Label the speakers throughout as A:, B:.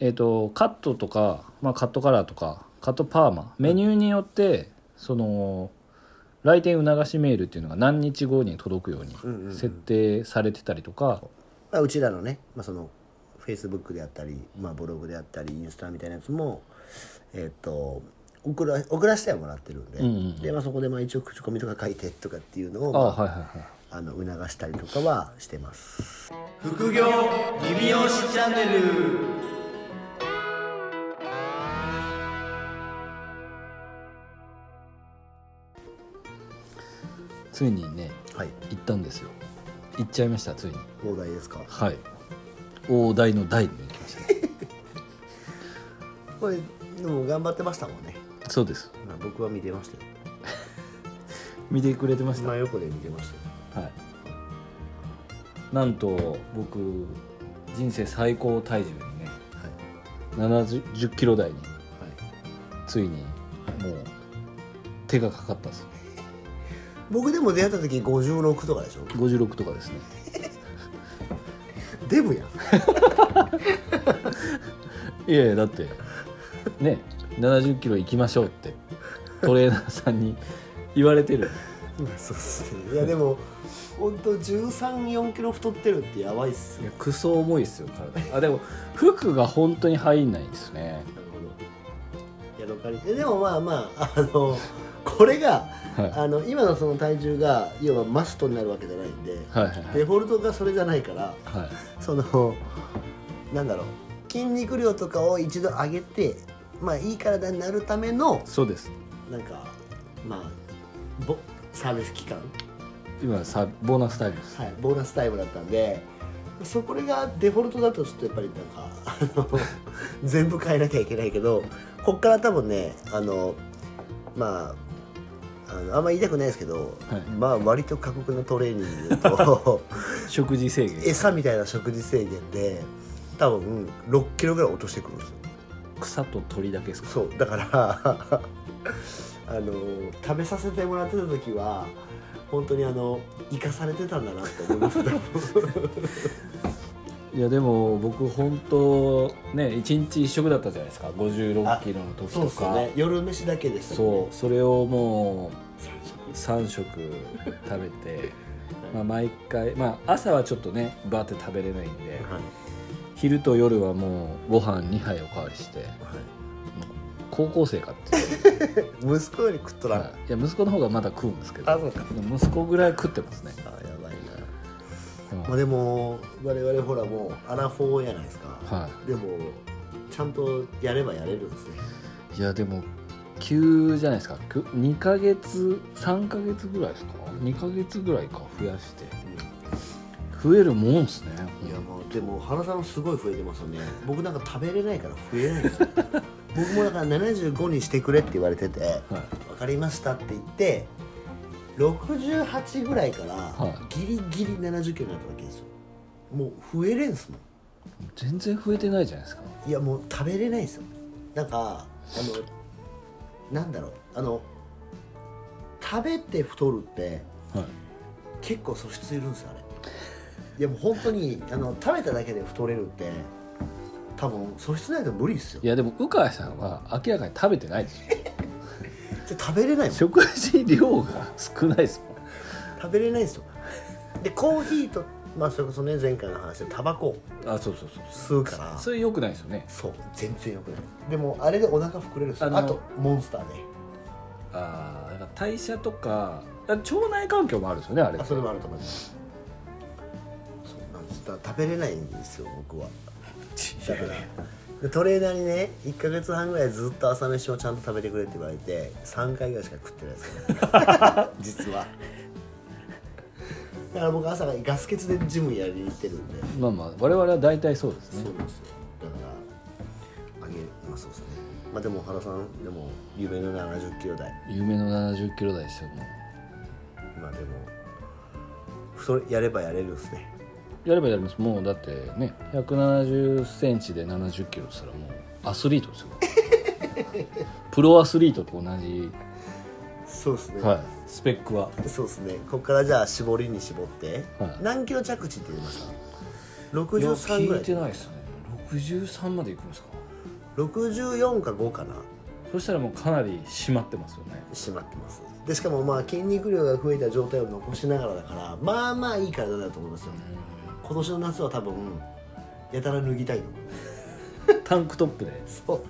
A: えっ、とカットとか、まあ、カットカラーとかカットパーマメニューによってその来店促しメールっていうのが何日後に届くように
B: うんうんうん
A: 設定されてたりとか、
B: まあ、うちらのね、まあ、そのフェイスブックであったり、まあ、ブログであったりインスタみたいなやつもえっ、と送ら送らせてはもらってるんで,、
A: うんうんうん
B: でまあ、そこでまあ一応口コミとか書いてとかっていうのを
A: あ
B: ま
A: あ
B: あ
A: はいはいはい
B: あの促したりとかはしてます
C: 副業リビオシチャンネル
A: ついにね
B: はい
A: 行ったんですよ行っちゃいましたついに
B: 大台ですか
A: はい大台の台に行きましたね
B: これでも頑張ってましたもんね、
A: そうです
B: まあ、僕は見てましたよ
A: 見てくれてました
B: 真横で見てましたよ
A: はい、なんと僕人生最高体重にね
B: はい
A: 7 0キロ台に
B: はい
A: ついにもう手がかかったんです
B: 僕でも出会った時56とかでしょ
A: 56とかですね
B: デブやん
A: いやいやだってね7 0キロ行きましょうってトレーナーさんに言われてる
B: そうっすねいやでも本当1 3 4キロ太ってるってやばいっす
A: い
B: よ
A: やクソ重いっすよ体あでも服が本当に入んないですね
B: なるほどいやどっかにえでもまあまああのこれが
A: は
B: あの今のその体重が要はマストになるわけじゃないんで
A: いはいはい
B: デフォルトがそれじゃないから
A: はい
B: そのなんだろう筋肉量とかを一度上げてまあいい体になるための
A: そうです
B: なんかまあぼサービス期間
A: 今さボーナスタイムです
B: はい、ボーナスタイムだったんでそこがデフォルトだとちょっとやっぱりなんかあの全部変えなきゃいけないけどこっから多分ねあのまああのあんま言いたくないですけど、
A: はい
B: まあ割と過酷なトレーニン グと
A: 食事制限
B: 餌みたいな食事制限で多分6キロぐらい落としてくるんですよ
A: 草と鳥だけですか
B: そうだから あの食べさせてもらってた時は本当にあの生かされてたんだなって思います
A: いやでも僕本当ね一日一食だったじゃないですか56キロの時
B: そう
A: と
B: っすよ
A: か
B: ね夜飯だけでしたもん
A: そ
B: ね
A: うそれをもう3食食べてまあ毎回まあ朝はちょっとねバーって食べれないんで
B: はい
A: 昼と夜はもうご飯2杯おかわりして
B: は
A: 高校生かっていう、
B: い息子より食っとらん、
A: はい、いや息子の方がまだ食うんですけど
B: あそうか
A: 息子ぐらい食ってますね、
B: あやばい
A: うん
B: な、まあ、でも我々ほらもうアラフォーやないですか、
A: は
B: でもちゃんとやればやれるんですね
A: いいやでも急じゃないですかく2ヶ月3ヶ月ぐらいですか2ヶ月ぐらいか増やして増えるもんっすね
B: いやもうでも原さんすごい増えてますよね僕なんか食べれないから増えないん ですよ僕もだから75にしてくれって言われてて「
A: はい
B: 分かりました」って言って68ぐらいから
A: は
B: ギリギリ70キロになったわけですよもう増えれんすもん
A: 全然増えてないじゃないですか
B: いやもう食べれないですよなんかあのなんだろうあの食べて太るって
A: はい
B: 結構素質いるんですよあれいやもう本当にあの食べただけで太れるって多分素質ないと無理ですよ
A: いやでも鵜飼さんは明らかに食べてないですよ
B: じゃ食べれないもん食
A: 食事量が少ないですもん
B: べれないですよでコーヒーとまあそれこそね前回の話でタバコを
A: あそうそうそう
B: 吸うから
A: それ良くないですよね
B: そう全然よくないでもあれでお腹膨れるんですよ
A: あ
B: あ
A: の
B: とモンスターね
A: ああだから代謝とかだから腸内環境もあるんですよねあれ
B: あそれもあると思いますそうなんですだから食べれないんですよ僕はだから でトレーナーにね1か月半ぐらいずっと朝飯をちゃんと食べてくれって言われて3回ぐらいしか食ってないです から実はだから僕朝がガス欠でジムやりに行ってるんで
A: まあまあ我々は大体そうです
B: そう
A: ね
B: なんですよだからあげまあそうですねまあでも原さんでも夢の7 0キロ台
A: 夢の7 0キロ台ですよも
B: まあでもそれやればやれるんですね
A: うやればやりますもうだってね1 7 0センチで7 0キロって言ったらもうアスリート ですよプロアスリートと同じ、
B: そうですね
A: はい、スペックは
B: そうですねここからじゃあ絞りに絞って、
A: はい
B: 何キロ着地って言いました
A: いや
B: 63ぐ
A: 聞
B: らい
A: いてないですね63までいくんですか
B: 64か5かな
A: そしたらもうかなり締まってますよね
B: しまってますでしかもまあ筋肉量が増えた状態を残しながらだからまあまあいい体だと思いますよ今年の夏は多分やたら脱ぎたいと思
A: タンクトップで
B: うそ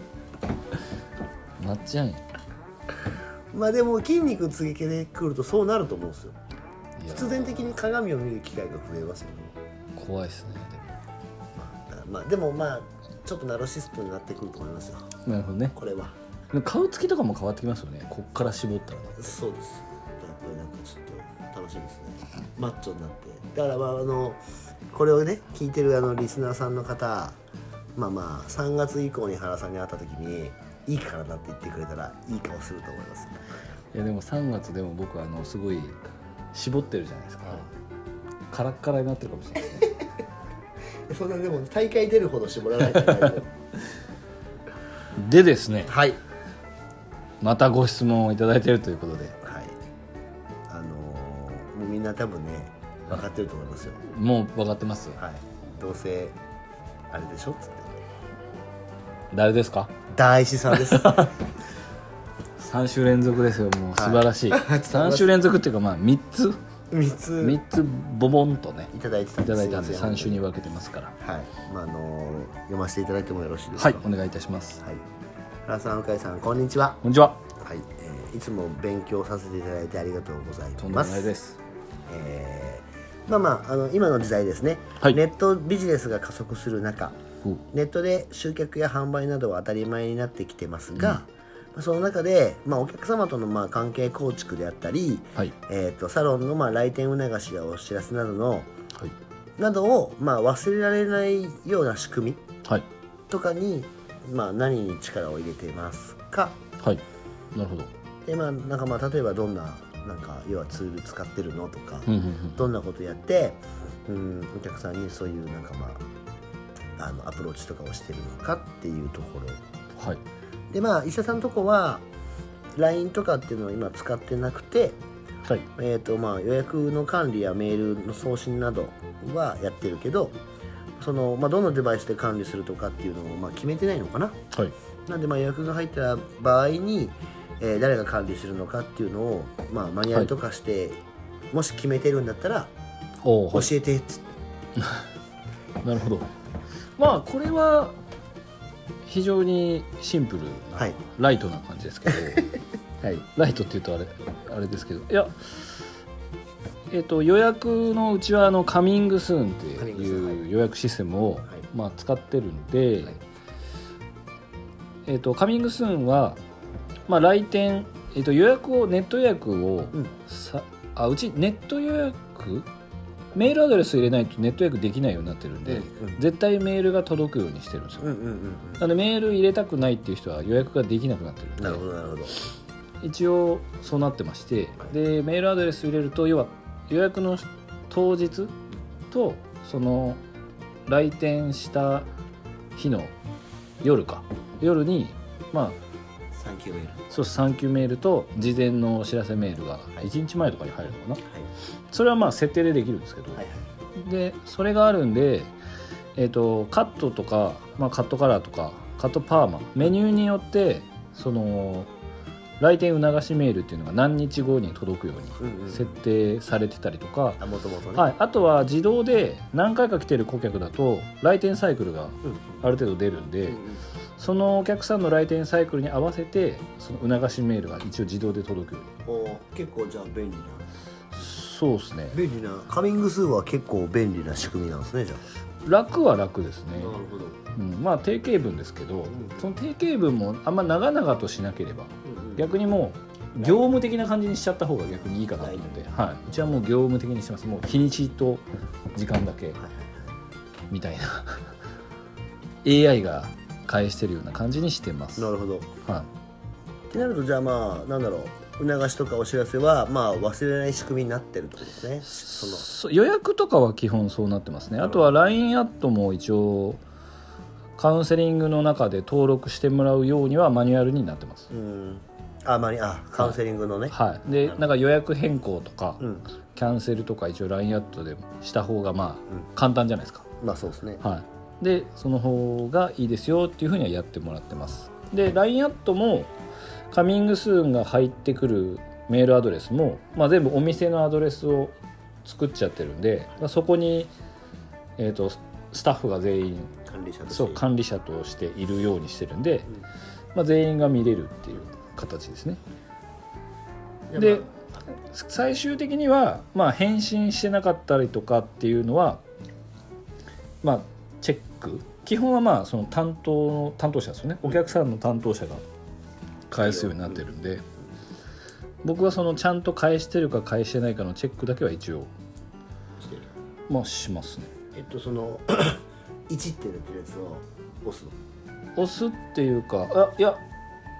A: なっちゃうんや
B: うまあでも筋肉つけてくるとそうなると思うんですよ必然的に鏡を見る機会が増えますよね
A: 怖いですね
B: だからまあでもまあちょっとナルシストになってくると思いますよ
A: でもなるほどね
B: これは
A: でも顔つきとかも変わってきますよねこっから絞ったらね
B: そうですやっぱりなんかちょっと楽しみですねマッチョになってだからまああのこれをね聞いてるあのリスナーさんの方まあまあ3月以降に原さんに会った時にいい体って言ってくれたらいい顔すると思います
A: いやでも3月でも僕あのすごい絞ってるじゃないですか、カラッカラになってるかもしれないですね
B: そんなでも大会出るほど絞らないと大丈夫
A: でですね
B: はい
A: またご質問をいただいているということで
B: はいあのーもうみんな多分ね分かってると思いますよ
A: もう分かってます
B: はいどうせあれでしょっつって
A: 誰ですか
B: 大師さんです
A: 3週連続ですよも う素晴らしい、3週連続っていうかまあ3つ
B: 3つ
A: 3つボボンとね
B: いただいてた
A: いただいたんです
B: いませ
A: 3週に分けてますから
B: はい、まあ、あの読ませていただいてもよろしいですか
A: はいお願いいたします
B: はい原さん向井さんこんにちは
A: こんにちは
B: はい、えーいつも勉強させていただいてありがとうござい
A: とんでも
B: ま
A: ない
B: す
A: です
B: えーまあまああの今の時代ですね、
A: はい
B: ネットビジネスが加速する中
A: うん
B: ネットで集客や販売などは当たり前になってきてますが、まあその中で、まあ、お客様とのまあ関係構築であったり、
A: はい
B: えー、とサロンのまあ来店促しやお知らせなどの
A: はい
B: などをまあ忘れられないような仕組み
A: はい
B: とかに、まあ、何に力を入れてますか
A: はいなるほど
B: で、まあ、なんかまあ例えばどんななんか要はツール使ってるのとか、
A: うんうんうん
B: どんなことやって、うん、お客さんにそういうなんかまああのアプローチとかをしてるのかっていうところ
A: はい
B: でまあ石田さんのとこは LINE とかっていうのを今使ってなくて、
A: はい
B: えーとまあ、予約の管理やメールの送信などはやってるけどその、まあ、どのデバイスで管理するとかっていうのを、まあ、決めてないのかな
A: はい
B: なんでまあ予約が入った場合に、えー誰が管理するのかっていうのを、まあ、マニュアルとかして、もし決めてるんだったら
A: おお
B: 教えてっつって
A: なるほどまあこれは非常にシンプルな、
B: はい
A: ライトな感じですけど
B: はい
A: ライトっていうとあれあれですけどいやえっと予約のうちはあのカミングスーンって
B: カミングスーン
A: いう予約システムを、まあ、使ってるんで、
B: はい
A: えっとカミングスーンは、まあ、来店、えっと予約をネット予約を
B: うん
A: さ、あうちネット予約メールアドレス入れないとネット予約できないようになってるんで、
B: うん
A: 絶対メールが届くようにしてるんですよ、
B: うんうんうん
A: なのでメール入れたくないっていう人は予約ができなくなってるん
B: うん
A: で
B: なるほどなるほど
A: 一応そうなってましてでメールアドレス入れると要は予約の当日とその来店した日の夜か夜にまあ
B: サンキューメール
A: そう産休メールと事前のお知らせメールが1日前とかに入るのかな
B: は
A: それはまあ設定でできるんですけど
B: いはい
A: でそれがあるんで、えー、とカットとか、まあ、カットカラーとかカットパーマメニューによってその来店促しメールっていうのが何日後に届くよう
B: うんうん
A: に設定されてたりとか、
B: あもともとね
A: はい、あとは自動で何回か来てる顧客だと来店サイクルが
B: うんうん
A: ある程度出るんで、
B: うんうん
A: そのお客さんの来店サイクルに合わせてその促しメールが一応自動で届くように
B: おー結構じゃあ便利な
A: そうですね
B: 便利なカミングスーンは結構便利な仕組みなんですねじゃ
A: 楽は楽です
B: あ
A: ね、
B: るほど
A: うん、まあ定型文ですけど
B: ん
A: その定型文もあんま長々としなければ逆にもう業務的な感じにしちゃった方が逆にいいかなと思って、はい、うちはもう業務的にしてますもう日にちと時間だけ
B: はい
A: みたいな AI が返してるような感じにしてます、
B: な
A: は
B: るほど
A: い、
B: ってなるとじゃあまあなんだろう促しとかお知らせはまあ忘れない仕組みになってるってことですねその
A: そ予約とかは基本そうなってますねあとは LINE アットも一応カウンセリングの中で登録してもらうようにはマニュアルになってます、
B: うんあまりあカウンセリングのね、
A: はい、でなんか予約変更とか、
B: うん
A: キャンセルとか一応 LINE アットでした方がまあ簡単じゃないですか、
B: まあそうですね
A: はでその方がいいですよっていうふうにはやってもらってますで LINE アットもカミングスーンが入ってくるメールアドレスも、まあ、全部お店のアドレスを作っちゃってるんでまあそこに、えー、とスタッフが全員
B: 管理者として
A: そう管理者としているようにしてるんで、
B: ん
A: まあ、全員が見れるっていう形ですね。
B: いや
A: で
B: ま
A: 最終的には、まあ、返信してなかったりとかっていうのは、まあ、チェック基本はまあその担当の担当者ですよねお客さんの担当者が返すようになってるんで僕はそのちゃんと返してるか返してないかのチェックだけは一応、
B: あしてる
A: まあ、しますね。
B: えっとその 1ってなってるやつを押すの
A: 押すっていうかあいや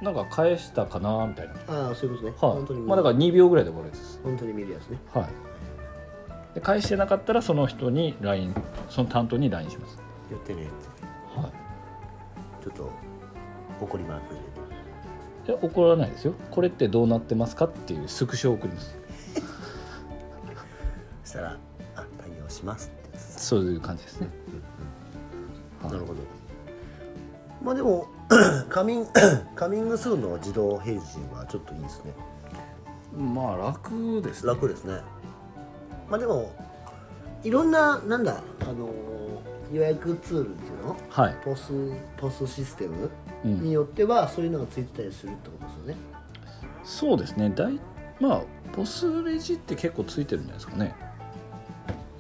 A: なんか返したかなみたいな
B: ああそういうことね、
A: は
B: 本当
A: い
B: に見る、
A: まあだから2秒ぐらいで終わるです
B: 本当に見るやつね
A: はいで返してなかったらその人に LINE その担当に LINE します
B: やってね
A: は
B: ちょっと怒りマーク入れて
A: いで怒らないですよこれってどうなってますかっていうスクショを送ります
B: そしたら「あ対応します」ってやつ
A: そういう感じですね、はい
B: なるほどまあでも カミンカミングスーンの自動返信はちょっといいですね
A: まあ楽ですね
B: 楽ですねまあでもいろんななんだあの予約ツールっていうの
A: はい
B: ポスポスシステム
A: うん
B: によってはそういうのがついてたりするってことですよね、
A: そうですねだいまあボスレジって結構ついてるんじゃないですかね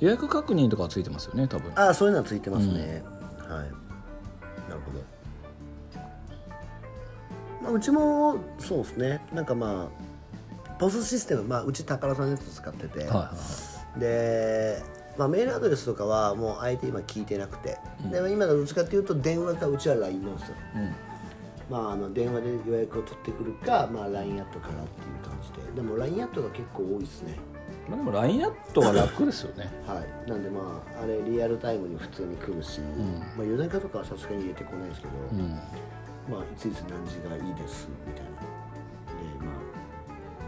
A: 予約確認とかはついてますよね多分
B: ああそういうのはついてますね、はいなるほど、まあ、うちもそうですねなんかまあポスシステム、まあ、うち宝さんのやつ使ってて、
A: はいはいはい
B: で、まあ、メールアドレスとかはもうあえて今聞いてなくて、で今どっちかっていうと電話かうちは LINE なんですよ、まあ、あの電話で予約を取ってくるか、まあ、LINE アットからっていう感じででも LINE アットが結構多いですね
A: まあ、でも LINE アットは楽ですよね
B: はい、なんでまああれリアルタイムに普通に来るし、まあ、夜中とかはさすがに入れてこないですけど、
A: うん
B: まあいついつ何時がいいですみたいなでまあ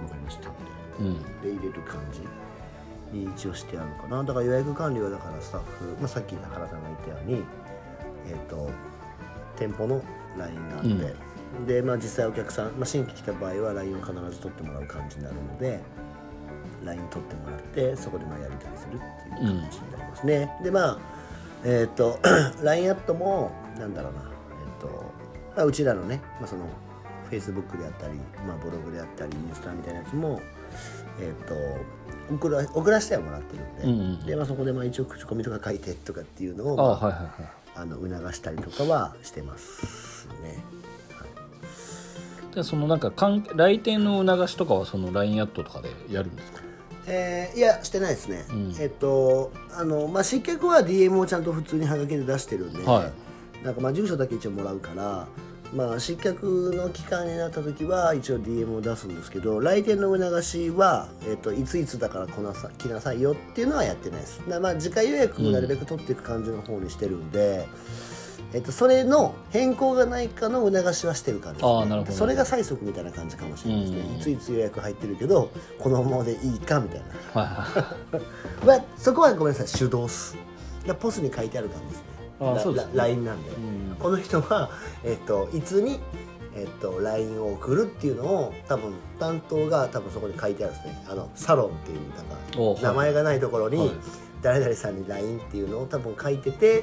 B: 分かりましたみたい
A: うん
B: なで入れる感じに一応してあるかなだから予約管理はだからスタッフ、まあ、さっき原さんが言ったようにえっ、と店舗の LINE があって、でまあ実際お客さん、まあ、新規来た場合は LINE を必ず取ってもらう感じになるので LINE 取ってもらってそこでまあやり取りするっていう感じになりますね、でまあえっ、と LINE アットもなんだろうなえっ、と、まあ、うちらのね、まあ、その Facebook であったり、まあ、ブログであったりインスタみたいなやつもえっ、と送ら送らせてはもらってるんで,、
A: うんうんうん
B: でまあ、そこでまあ一応口コミとか書いてとかっていうのを
A: ああはいはいはい
B: あの促したりとかはしてますね。
A: でそのなんか関来店の促しとかはその LINE アットとかでやるんですか
B: えーいやしてないですね、
A: ん
B: えっとあの、まあ、失脚は DM をちゃんと普通にハガキで出してるんで、
A: は
B: なんかまあ住所だけ一応もらうから、まあ、失脚の期間になった時は一応 DM を出すんですけど来店の促しは、えっと、いついつだから来なさ来なさいよっていうのはやってないですだまあ次回予約をなるべく取っていく感じの方にしてるんで、えっと、それの変更がないかの促しはしてる感じです、ね、
A: あーなるほど
B: それが催促みたいな感じかもしれないですね、
A: うん
B: いついつ予約入ってるけどこのままでいいかみたいな
A: はいはいはい
B: まあ、そこはごめんなさい手動っすだからポスに書いてある感じですね
A: あ
B: ラ
A: そうですね
B: ラ LINE なんで、
A: ん
B: この人は、えっと、いつに、えっと、LINE を送るっていうのを多分担当が多分そこに書いてあるんですねあのサロンっていうなんか
A: おはい
B: 名前がないところに、
A: はい
B: 誰々さんに LINE っていうのを多分書いてて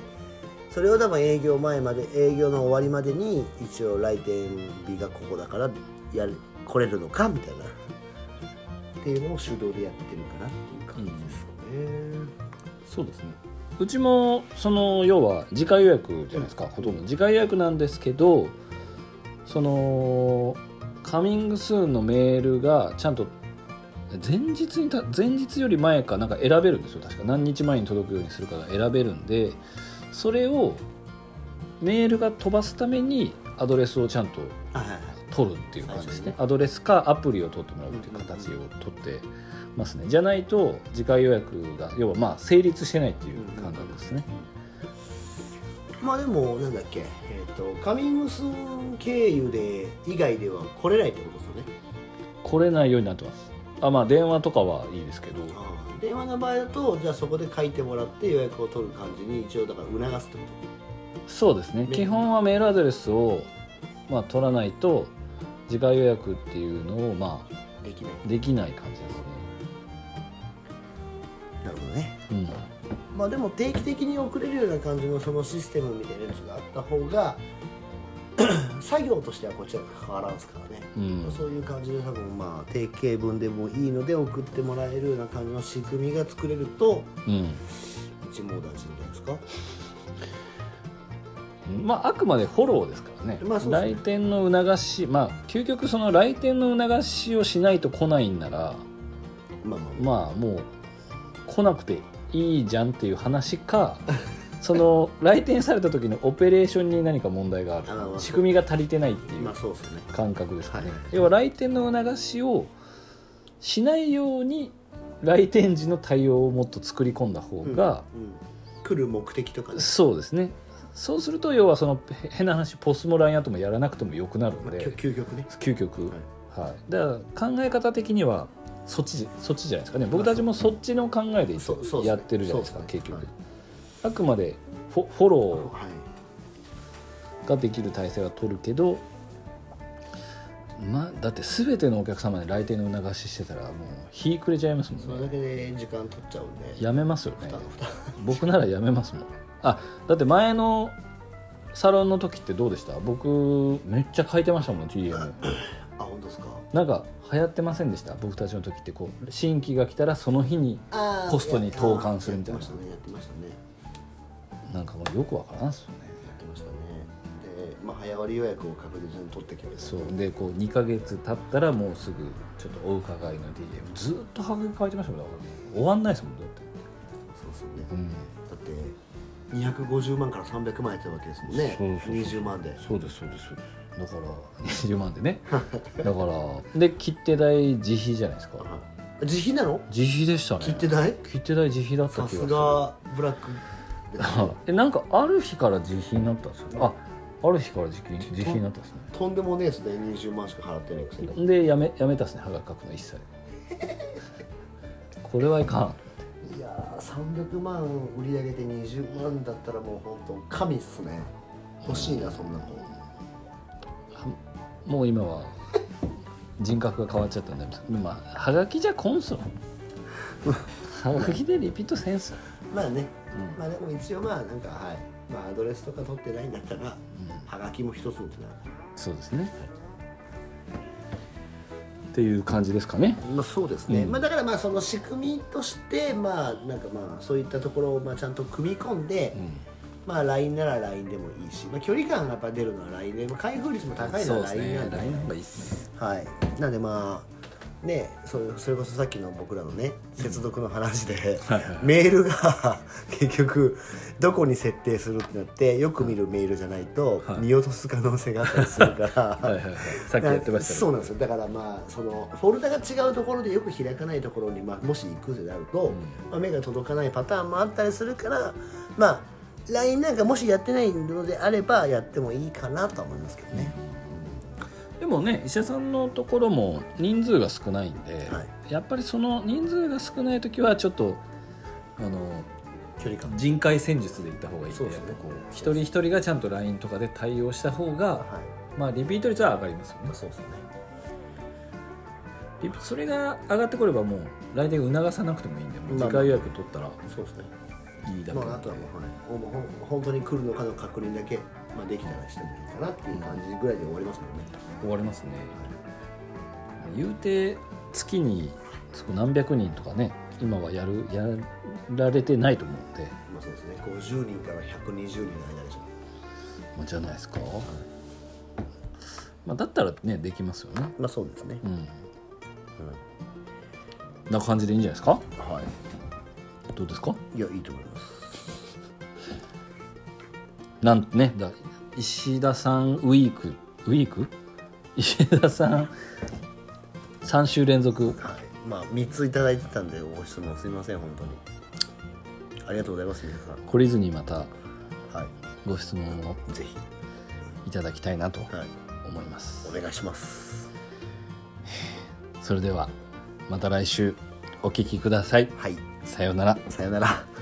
B: それを多分営業前まで営業の終わりまでに一応来店日がここだからやる来れるのかみたいなっていうのを手動でやってるかなっていう感じですかね、
A: そうですねうちもその要は次回予約じゃないですか、ほとんど次回予約なんですけどそのカミングスーンのメールがちゃんと前日にた前日より前かなんか選べるんですよ確か何日前に届くようにするかが選べるんでそれをメールが飛ばすためにアドレスをちゃんと
B: はいはいはい
A: 取るっていう感じです
B: 最初に
A: ね
B: ね
A: アドレスかアプリを取ってもらうっていう形を取ってますねじゃないと次回予約が要はまあ成立してないっていう感覚ですね、
B: まあでもなんだっけ、えっとカミングスーン経由で以外では来れないってことですよね
A: 来れないようになってますあまあ電話とかはいいですけど
B: 電話の場合だとじゃあそこで書いてもらって予約を取る感じに一応だから促すってこと
A: そうですね
B: メール
A: 基本はメールアドレスを、まあ、取らないと自家予約っていうのを、ま
B: できない
A: あ、できない感じですね、
B: なるほどね
A: うん、
B: まあでも定期的に送れるような感じのそのシステムみたいなやつがあった方が 作業としてはこっちは関わらんすからね、
A: うん
B: そういう感じで多分まあ定型文でもいいので送ってもらえるような感じの仕組みが作れると
A: う
B: 一網打尽じゃないですか
A: ん、まああくまでフォローですからね,、
B: まあそうですね
A: 来店の促しまあ究極その来店の促しをしないと来ないんなら
B: まあまあま
A: まあもう来なくていいじゃんっていう話か その来店された時のオペレーションに何か問題がある
B: あまあ
A: 仕組みが足りてないって
B: あ
A: いう
B: まあそうですね
A: 感覚ですかね、
B: はいはい
A: 要は来店の促しをしないように来店時の対応をもっと作り込んだ方が、
B: うん、来る目的とかね、
A: そうですねそうすると要はそのへ変な話ポスもラインアウトもやらなくてもよくなる
B: ま
A: の
B: あ、き
A: で、
B: ゅ究極ね
A: 究極、
B: はい
A: はいだから考え方的にはそっちじそっちじゃないですかね僕たちもそっちの考えで
B: そうそうですね
A: やってるじゃないですか
B: そうですね
A: 結局、
B: はい
A: あくまでフォフォロ
B: はい
A: ーができる体制は取るけど、まあ、だって全てのお客様で来店の促ししてたらもう日暮れちゃいます
B: そ
A: も
B: れ
A: ん
B: だ
A: ね
B: けで時間取っちゃうんで
A: やめますよね
B: 負担負担
A: 僕ならやめますもんあだって前のサロンの時ってどうでした僕めっちゃ書いてましたもん TM
B: あ本当ですか
A: なんか流行ってませんでした僕たちの時ってこう新規が来たらその日に
B: あー
A: ポストに投函するみたいな
B: やってましたねやってましたね
A: なんかもうよくわからんっすよね
B: やってましたねで、まあ、早割予約を確実に取ってきて
A: そうでこう2ヶ月経ったらもうすぐちょっとお伺いの DM ずっとハガキ書いてましたもんだから終わんないですもんだって、
B: そうですよね、だって250万から300万やってるわけですもんね
A: そうそうそう
B: 20万で
A: そうですそうですそうですだから20万でねだからで切手代自費じゃないですか
B: はい自費なの
A: 自費でしたね
B: 切ってない
A: 切手代自費だった気
B: さ
A: がする
B: すがブラック
A: えなんかある日から自費になったんですよねあある日から自費自費になったんですね
B: とんでもねえですね20万しか払ってないくせに
A: でやめやめたですねはが書くの一 切これはいか
B: いやー300万売り上げて20万だったらもう本当神っすね欲しいなそんなの
A: んもう今は人格が変わっちゃったんでまあはがきじゃコンソはがきでリピートセンス、
B: まあね、
A: うん
B: まあでも一応まあなんかはいまあアドレスとか取ってないんだったら
A: うん
B: はがきも一つ打つな
A: そうですねっていう感じですかね
B: まあ、そうですね、
A: うん
B: まあ、だからまあその仕組みとしてまあなんかまあそういったところをまあちゃんと組み込んで、まあ LINE なら LINE でもいいし、まあ、距離感がやっぱ出るのは LINE で、まあ、開封率も高いのは LINE なんで、
A: LINE の方がいいですね
B: はいなんでまあねそれそれこそさっきの僕らのね接続の話で、メールが 結局どこに設定するってなってよく見るメールじゃないと
A: はい
B: 見落とす可能性があったりするから、
A: はいはいはいさっきやってましたね
B: そうなんですよだからまあそのフォルダが違うところでよく開かないところに、まあ、もし行くってなると、まあ、目が届かないパターンもあったりするからまあ LINE なんかもしやってないのであればやってもいいかなとは思いますけどね。
A: でもね医者さんのところも人数が少ないんで、
B: は
A: やっぱりその人数が少ない時はちょっとあの
B: 距離感
A: 人海戦術で行った方がいいんで
B: そうです
A: や
B: ね
A: っぱこう一人一人がちゃんと LINE とかで対応した方が、
B: はい
A: まあ、リピート率は上がりますよね
B: まあそうですよね
A: リピそれが上がってこればもう来店促さなくてもいいんでもう
B: まあ
A: 次回予約取ったら
B: そうですね。
A: いいだけ
B: ま
A: なんで
B: あ、あとはもう、はい、ほぼほぼ本当に来るのかの確認だけ、まあ、できたらしてもいいかなっていう感じぐらいで終わりますもんね。
A: 終わりますね言うて月にそこ何百人とかね今はやるやられてないと思うんで、
B: まあ、そうですね。50人から120人の間でしょ
A: まあ、じゃないですか、まあ、だったらねできますよね
B: まあ、そうですね。
A: うんな感じでいいんじゃないですか
B: はい。
A: どうですか
B: いや、いいと思います。
A: なんねだ石田さんウィークウィーク 石田さん3週連続
B: はい。まあ、三ついただいてたんで、ご質問すみません、本当に。ありがとうございます、皆さ
A: 懲りずにまた
B: ん。はい。
A: ご質問を
B: ぜひ。
A: いただきたいなと
B: はい。
A: 思います
B: お願いします。
A: それではまた来週お聞きください
B: はい。
A: さようなら
B: さよなら。